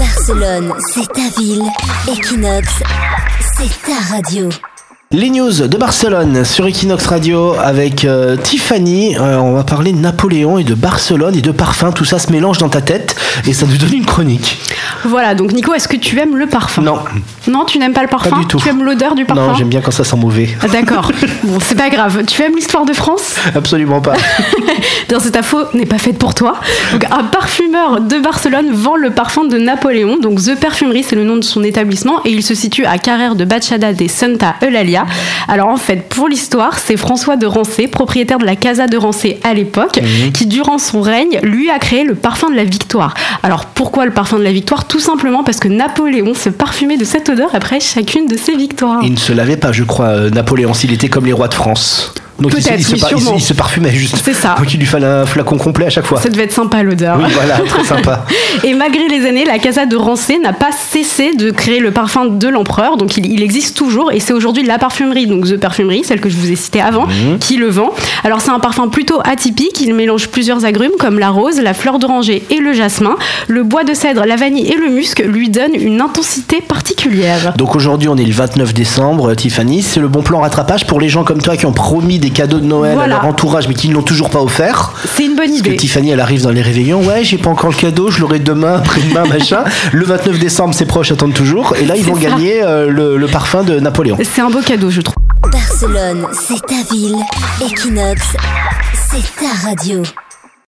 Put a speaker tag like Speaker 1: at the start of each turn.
Speaker 1: Barcelone, c'est ta ville. Equinox, c'est ta radio.
Speaker 2: Les news de Barcelone sur Equinox Radio avec euh, Tiffany. Euh, on va parler de Napoléon et de Barcelone et de parfum. Tout ça se mélange dans ta tête et ça nous donne une chronique.
Speaker 3: Voilà, donc Nico, est-ce que tu aimes le parfum
Speaker 2: Non,
Speaker 3: Non, tu n'aimes pas le parfum
Speaker 2: du tout.
Speaker 3: Tu aimes l'odeur du parfum
Speaker 2: non, j'aime bien quand ça sent mauvais.
Speaker 3: Ah, D'accord. Bon, c'est pas grave. Tu aimes l'histoire de France
Speaker 2: Absolument pas.
Speaker 3: Dans cette info n'est pas faite pour toi. Donc, un parfumeur de Barcelone vend le parfum de Napoléon. Donc, The Perfumerie, c'est le nom de son établissement et il se situe à Carrère de Bachada des Santa Eulalia. Alors, en fait, pour l'histoire, c'est François de Rancé, propriétaire de la Casa de Rancé à l'époque, qui, durant son règne, lui a créé le parfum de la victoire. Alors, pourquoi le parfum de la victoire Tout simplement parce que Napoléon se parfumait de cette odeur après chacune de ses victoires.
Speaker 2: Il ne se lavait pas, je crois, euh, Napoléon, s'il était comme les rois de France. Donc il se,
Speaker 3: Peut-être,
Speaker 2: il se
Speaker 3: oui,
Speaker 2: par- il se-
Speaker 3: sûrement.
Speaker 2: il se parfumait juste.
Speaker 3: C'est ça.
Speaker 2: Donc il lui fallait un flacon complet à chaque fois.
Speaker 3: Ça devait être sympa l'odeur.
Speaker 2: Oui, voilà, très sympa.
Speaker 3: Et malgré les années, la Casa de Rancé n'a pas cessé de créer le parfum de l'empereur. Donc il, il existe toujours et c'est aujourd'hui la parfumerie, donc The Parfumerie, celle que je vous ai citée avant, qui le vend. Alors c'est un parfum plutôt atypique. Il mélange plusieurs agrumes comme la rose, la fleur d'oranger et le jasmin. Le bois de cèdre, la vanille et le musc lui donnent une intensité particulière.
Speaker 2: Donc aujourd'hui, on est le 29 décembre, euh, Tiffany. C'est le bon plan rattrapage pour les gens comme toi qui ont promis des cadeaux de Noël
Speaker 3: Voilà.
Speaker 2: à leur entourage mais qui ne l'ont toujours pas offert.
Speaker 3: C'est une bonne
Speaker 2: Parce que
Speaker 3: idée.
Speaker 2: Tiffany, elle arrive dans les réveillons. Ouais, j'ai pas encore le cadeau, je l'aurai demain, après-demain, machin. Le 29 décembre, ses proches attendent toujours. Et là, ils
Speaker 3: C'est
Speaker 2: vont
Speaker 3: ça.
Speaker 2: gagner euh, le, le parfum de Napoléon.
Speaker 3: C'est un beau cadeau, je trouve.
Speaker 1: Barcelone, c'est ta ville. Equinox, c'est ta radio.